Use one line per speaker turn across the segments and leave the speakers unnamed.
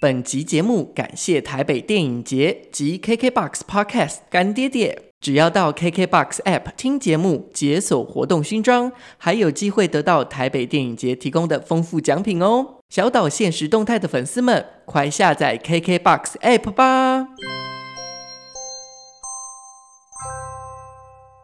本集节目感谢台北电影节及 KKBOX Podcast 干爹爹。只要到 KKBOX App 听节目，解锁活动勋章，还有机会得到台北电影节提供的丰富奖品哦！小岛现实动态的粉丝们，快下载 KKBOX App 吧！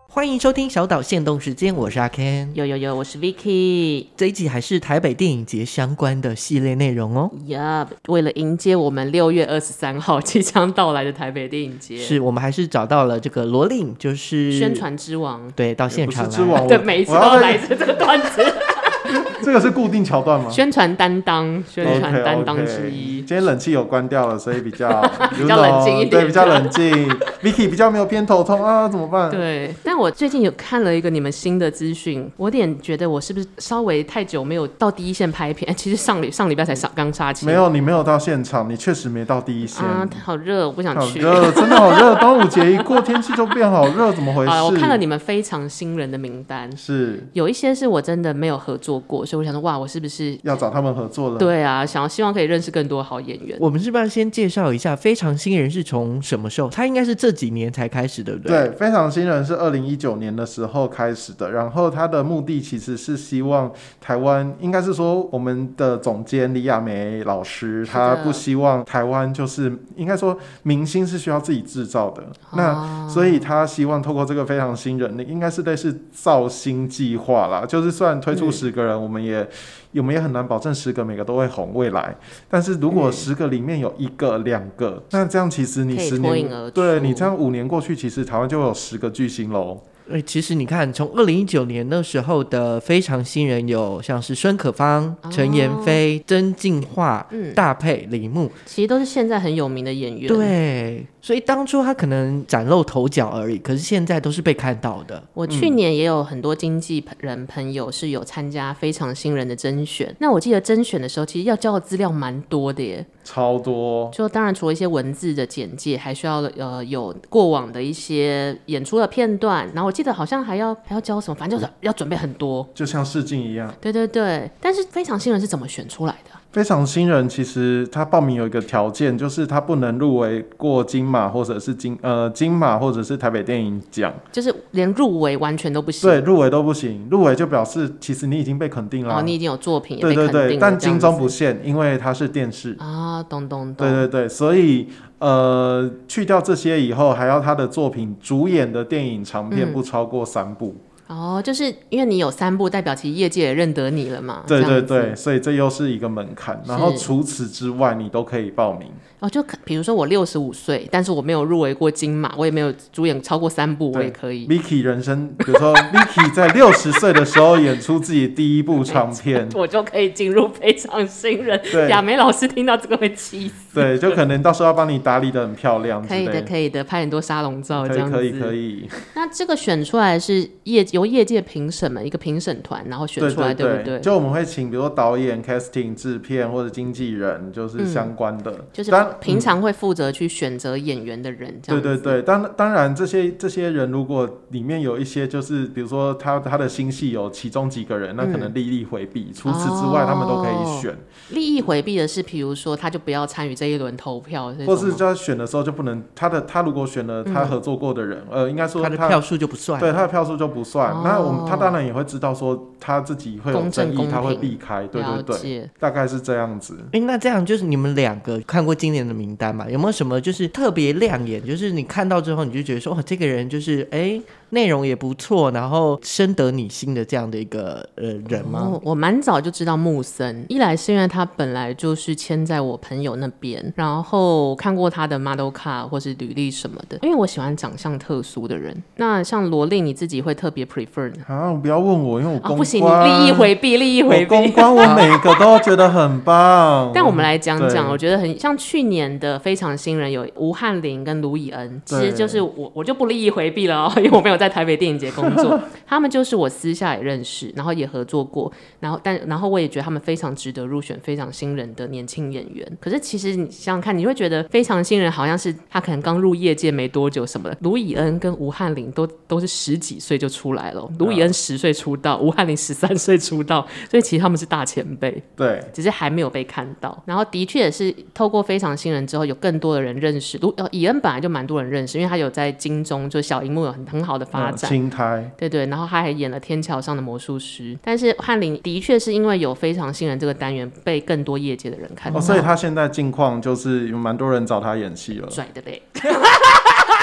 欢迎收听小岛限动时间，我是阿 Ken。
有有有，我是 Vicky。
这一集还是台北电影节相关的系列内容哦。
呀、为了迎接我们六月二十三号即将到来的台北电影节，
是我们还是找到了这个罗令，就是
宣传之王。
对，到现
不
场
是
来
之 王，
对，
我
每一次
我
都
要
来
在
自这个段子，
这个是固定 桥段吗？
宣传担当，宣
OK，OK
传担当之一
今。天冷气有关掉了，所以 比较比
较冷静一点
对，比较 冷静。Vicky 比较没有偏头痛啊，怎么办？
对，但我最近有看了一个你们新的资讯，我有点觉得我是不是稍微太久没有到第一线拍片？哎其实上礼上礼拜才上刚杀青，
没有，你没有到现场，你确实没到第一线。
啊，好热，我不想
好
去。
热，真的好热！端午节一过，天气就变好热，怎 么回事？
啊，我看了你们非常新人的名单，
是
有一些是我真的没有合作过，所以我想说，哇，我是不是
要找他们合作了。
对啊，想要希望可以认识更多好演员。
我们是不是要先介绍一下《非常新人》是从什么时候？他应该是这几年才开始，对不对？
对，非常新人是二零一九年的时候开始的，然后他的目的其实是希望台湾，应该是说我们的总监李亚梅老师，
是的
他不希望台湾就是应该说明星是需要自己制造的，那
哦
所以他希望透过这个非常新人，应该是类似造星计划啦，就是虽然
嗯
推出十个人，我们也我们也很难保证十个每个都会红未来，但是如
嗯
果十个里面有一个、两个，那这样其实你
可以
十
脱
年
颖而，
对
出
你这样五年过去，其实台湾就有十个巨星喽。
哎，其实你看，从二零一九年那时候的《非常新人》有像是孙可芳、陈妍霏、曾静华、
哦嗯，
大佩、李牧，
其实都是现在很有名的演员。，
对，所以当初他可能崭露头角而已，可是现在都是被看到的。
我去年也有很多经纪人朋友是有参加非常新人的甄选。那我记得甄选的时候，其实要交的资料蛮多的耶。
超多，
就当然除了一些文字的简介，还需要呃有过往的一些演出的片段。然后我记得好像还要还要交什么，反正
嗯
就是要准备很多。
就像试镜一样。
对对对，但是非常新人是怎么选出来的？
非常新人，其实他报名有一个条件，就是他不能入围过金马或者是金呃金马或者是台北电影奖，
就是连入围完全都不行。
对，入围都不行，入围就表示其实你已经被肯定了。
哦，你已经有作品也被
对
肯
对
定了
对，但
这样子
金钟不限，因为它是电视。
啊，懂懂懂。
对对对，所以呃，去掉这些以后，还要他的作品主演的电影长片
嗯
不超过三部。
哦，就是因为你有三部，代表其实业界也认得你了嘛。
对
哦这
对
样子
对，。所以这又是一个门槛。然后
是
除此之外，你都可以报名。
哦，就可比如说我六十五岁，但是我没有入围过金马，我也没有主演超过三部，我
对
也可以。，
Vicky 人生，比如说 Vicky 在六十岁的时候演出自己第一部长片
我就可以进入非常新人。
对
亚梅老师听到这个会气死。
对，就可能到时候要帮你打理的很漂亮之
可以的，
类。
可以的，拍很多沙龙照这样子。
可以可以可以，
那这个选出来是业由业界评审们一个评审团，然后选
对
出来，
对
不对？
就我们会请，比如说导演、casting、制片或者经纪人，就是相关的。
就是
当
平常会负责去选择演员的人，嗯这
对
样
对
子。
对，当当然这些这些人，如果里面有一些就是，比如说他他的新戏有其中几个人，那可能历历回避。除此之外，他们都可以选，
哦利益回避的是，比如说他就不要参与这一轮投票这种嗯
或
吗，
是在选的时候就不能他的他如果选了他合作过的人，呃，应该说
他的票数就不算。
对他的票数就不
哦
算。那我们他当然也会知道说他自己会有
公正
争议
公，平
他会避开。对对
了
对，
解。
大概是这样子。
哎，那这样就是你们两个看过今年的名单嘛？有没有什么就是特别亮眼？就是你看到之后，你就觉得说，哦，这个人就是哎，内容也不错，然后深得你心的这样的一个呃人吗？
哦我蛮早就知道木森，一来是因为他本来就是签在我朋友那边，然后看过他的 model card 或是履历什么的，因为我喜欢长相特殊的人。那像罗令，你自己会特别 prefer 呢？
啊，不要问我，因为我
啊、
公
不行，
关
你利益回避，利益回
我公
避。。
关，我每个都觉得很棒
但我们来讲讲，
对
我觉得很像去年的《非常新人》有吴汉林跟卢以恩，其实
对
就是我我就不利益回避了哦， 因为我没有在台北电影节工 作，他们就是我私下也认识，然后也合作过，然后但然后我也觉得他们非常值得入选《非常新人》的年轻演员。可是其实你想想看，你会觉得《非常新人》好像是他可能刚入业界没多久什么的，卢以恩跟吴汉林都都是十几岁就出来来了。哦卢
嗯
以恩十岁出道，吴汉林十三岁出道，所以其实他们是大前辈。
对，
只是还没有被看到。然后的确也是透过《非常新人》之后，有更多的人认识。如呃，以恩本来就蛮多人认识，因为他有在金钟就小荧幕有很很好的发
嗯
展。
青苔，
对对，然后他还演了《天桥上的魔术师》，但是翰林的确是因为有《非常新人》这个单元被更多业界的人看到，
哦，所以他现在近况就是有蛮多人找他演戏了。
拽的嘞，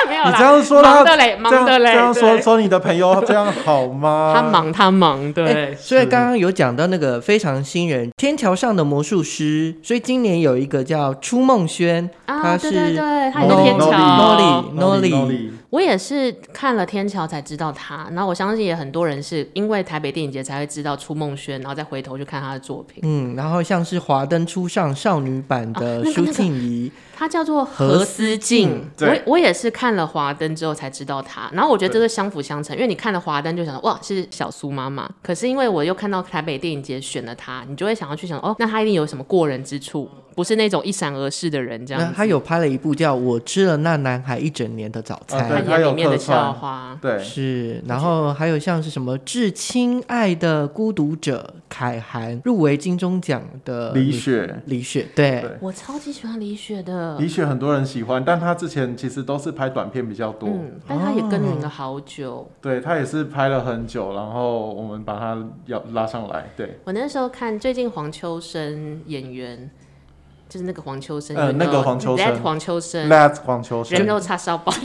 没有
你
啦，
这样说他，
忙的嘞，
这
啊忙
样
的嘞，
这样说
对
说你的朋友这样好吗？
他忙他忙，对。
哎所以
是
刚刚有讲到那个非常新人《天桥上的魔术师》，所以今年有一个叫初梦轩，哎
啊，
他
对
是
对对，他也是
Nolly-
天桥
Nolly- Nolly-
Nolly，
我也是看了《天桥》才知道他，然后我相信也很多人是因为台北电影节才会知道初梦轩，然后再回头去看他的作品。
嗯，然后像是华灯初上少女版
啊
的
那个
舒庆怡，
他叫做
何
何思静，
嗯对
我我也是看了《华灯》之后才知道他，然后我觉得这个相辅相成，因为你看了《华灯》就想说哇是小苏妈妈，可是因为我又看到台北电影节选了他，你就会想要去想哦，那他一定有什么过人之处，不是那种一闪而逝的人这样
那
子。
他有拍了一部叫《我吃了那男孩一整年的早餐
啊》对
他演里面
他有客
的
串
校花，
对，
是，然后还有像是什么《致亲爱的孤独者》，凯涵入围金钟奖
呃
的
李
女
雪，
李雪，对，
对
我超级喜欢李雪的，
李雪很多人喜欢，但她之前其实都是拍短片比较多。
嗯，但他也耕耘
啊
了好久。
对她也是拍了很久，然后我们把她要拉上来。对，
我那时候看最近黄秋生演员，就是那个黄秋生，
呃
有没有
那个黄秋生
That 黄秋生，
Let 黄秋
人
生，
肉叉烧 包。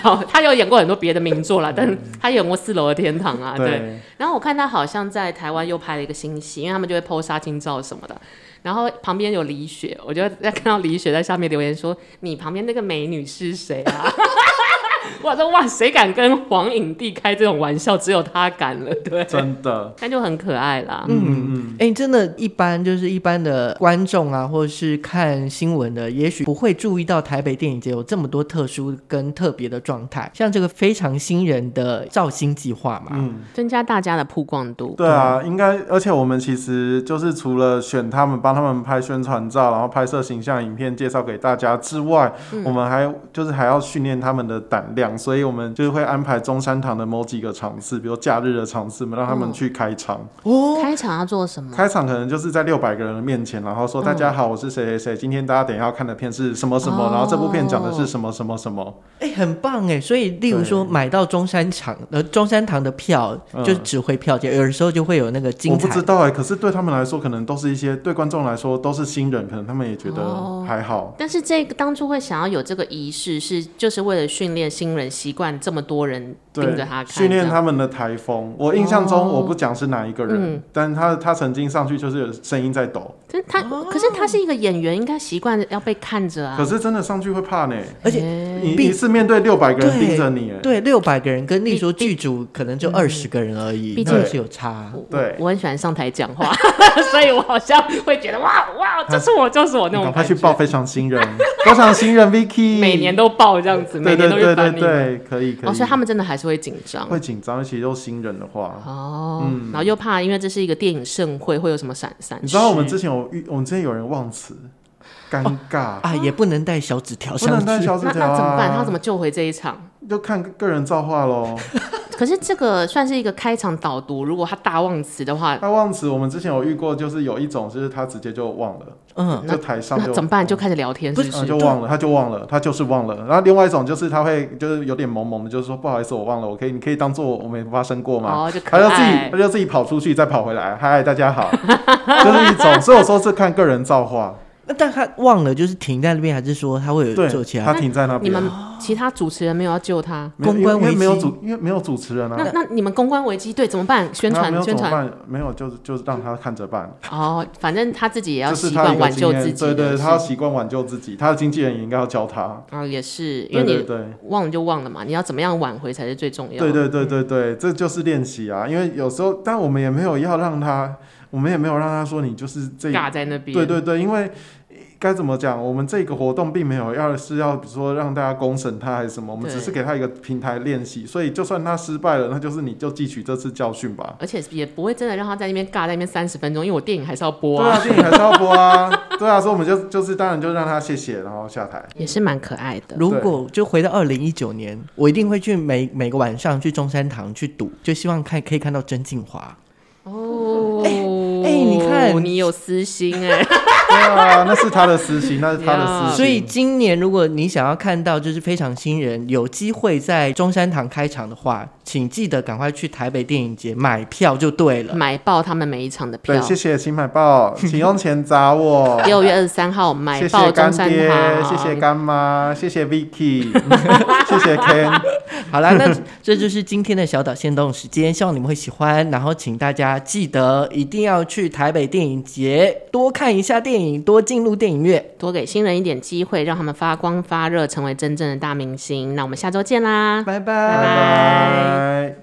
好，他有演过很多别的名作啦，但他演过《四楼的天堂》啊，对。
对，
然后我看他好像在台湾又拍了一个新戏，因为他们就会 PO 杀青照什么的。然后旁边有李雪，我就在看到李雪在下面留言说：“你旁边那个美女是谁啊？” 我说：“哇，谁敢跟黄影帝开这种玩笑？只有他敢了，对。
真的，”
但就很可爱啦。
嗯嗯，
哎、真的，一般就是一般的观众啊，或者是看新闻的，也许不会注意到台北电影节有这么多特殊跟特别的状态，像这个非常新人的造星计划嘛，
嗯
增加大家的曝光度。
对啊，应该，而且我们其实就是除了选他们帮他们拍宣传照，然后拍摄形象影片介绍给大家之外，我们还就是还要训练他们的胆量，所以我们就是会安排中山堂的某几个场次，比如假日的场次，我们让他们去开场。
哦，
开场要做什么？
开场可能就是在六百个人的面前，然后说大家好，我是谁谁谁，今天大家等一下要看的片是什么什么，
哦
然后这部片讲的是什么什么什么，
哎、很棒哎，所以例如说
对
买到中山场呃中山堂的票，
嗯
就是指挥票价，有的时候就会有那个
我
精
不
彩
知道哎、可是对他们来说，可能都是一些对观众来说都是新人，可能他们也觉得
哦
还好。
但是这个当初会想要有这个仪式，是就是为了训练新人习惯这么多人盯着他看，
训练
这样。
他们的台风。我印象中，
哦
我不讲是哪一个人，
嗯
但他他曾经上去就是有声音在抖，
但他、可是他是一个演员，应该习惯要被看着啊
哦
哎嗯
可。是真的上去会怕呢。
而且
诶
你
毕
你是面对六百个人
对
盯着你，哎
对，六百个人跟例如说
毕嗯
剧组可能就二十个人而已，
毕
那
竟哦
还是有差。
对，
我很喜欢上台讲话， 所以我好像会觉得哇哇，就是我就是我那
你赶
种
快
感
去
觉。
报非常新人，非常新人 Vicky，
每年都报这样子，每
对
年
对
都去
对对
翻你们。
对，可以可以。
哦，所以他们真的还是会紧张。
会紧张，尤其都新人的话。
哦，然后又怕，因为这是一个电影盛会，会有什么闪闪失。
你知道我们之前有遇，我们之前有人忘词，尴尬，
啊，也不能带小纸条
不能
上
带
去，
小纸
那
条
哦那怎么办？他怎
啊，
么救回这一场？
就看个人造化喽。
可是这个算是一个开场导读，如果他大忘词的话，
他忘词，我们之前有遇过，就是有一种就是他直接就忘了，
嗯，
就台上
那
就
怎么办？就开始聊天，是不
嗯，
是？
就忘了，他就忘了，他就是忘了。然后另外一种就是他会就是有点萌萌的，就是说不好意思，我忘了，我可以，你可以当做我没发生过吗？
哦，就
他
可
就自己
爱
他。就自己跑出去再跑回来，嗨，大家好，就是一种。所以我说是看个人造化，
那但他忘了，就是停在那边，还是说他会有
对
做其，他
他停在那
哎你
边。
们其他主持人没有要救他，
没有
公关
因为
危
因为没有
机
主，因为没有主持人啊
那，那你们公关危机对怎么办？宣
那没
传
有
宣
怎么
传
办？没有，就是就是让他看着办，
哦，反正他自己也要
这
习
是他
惯
一个
挽
经
救
验
自，己
对
的。
对，
是
他要习惯挽救自己，他的经纪人也应该要教他。
哦也是，因
对
为
对
你
对。
忘了就忘了嘛，你要怎么样挽回才是最重要。
对对对对对，这就是练习啊，因为有时候，但我们也没有要让他，我们也没有让他说你就是这，
尬在那边。
对对对，因为该怎么讲，我们这个活动并没有要是要比如说让大家公审他还是什么，我们
对
只是给他一个平台练习，所以就算他失败了，那就是你就汲取这次教训吧。
而且也不会真的让他在那边尬在那边三十分钟，因为我电影还是要播
对
啊。
啊，电影还是要播啊， 对啊，所以我们就就是当然就让他谢谢，然后下台。
也是蛮可爱的。
如果就回到二零一九年，我一定会去每每个晚上去中山堂去赌，就希望看可以看到真静华。
哦，
哎你看
你有私心哎、
对啊，那是他的私心，那是 他的
啊
私心。
所以今年如果你想要看到就是非常新人有机会在中山堂开场的话，请记得赶快去台北电影节买票就对了。
买爆他们每一场的票
对，。谢谢，请买报，请用钱砸 我。
六月二十三号买
谢
爆
谢
中
干
山
爹，谢
堂，
谢干妈，谢 谢 Vicky，谢谢 Ken。
好啦，那这就是今天的小岛限动时间，希望你们会喜欢。然后请大家记得一定要去台北电影节多看一下电影，多进入电影院。
多给新人一点机会，让他们发光发热，成为真正的大明星。那我们下周见啦，
拜拜。
拜
拜拜。